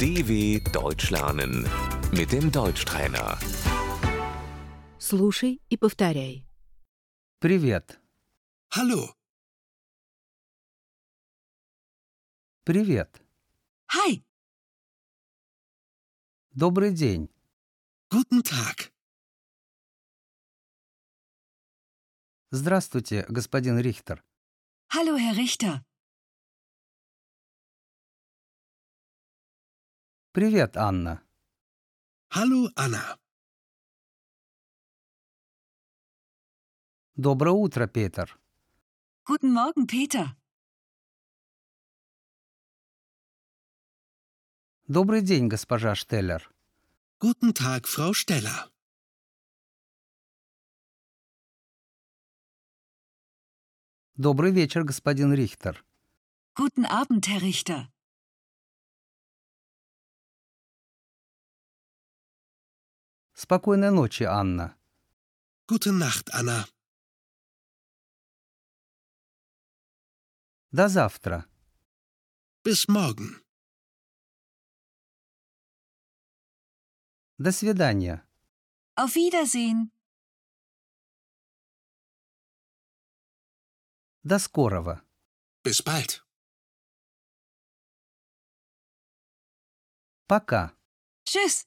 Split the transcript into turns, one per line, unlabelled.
DW Deutsch lernen mit dem Deutschtrainer.
Слушай и повторяй.
Привет.
Hallo,
Привет.
Хай!
Добрый день.
guten Tag.
Здравствуйте, господин Рихтер.
Hallo, Herr Richter.
Привет, Анна.
Hallo, Anna.
Доброе утро, Петер.
Guten Morgen, Peter.
Добрый день, госпожа Штеллер.
Guten Tag, Frau Steller.
Добрый вечер, господин Рихтер.
Guten Abend, Herr Richter.
Спокойной ночи, Анна.
Gute Nacht, Anna.
До завтра.
Bis morgen.
До свидания.
Auf Wiedersehen.
До скорого.
Bis bald.
Пока.
Tschüss.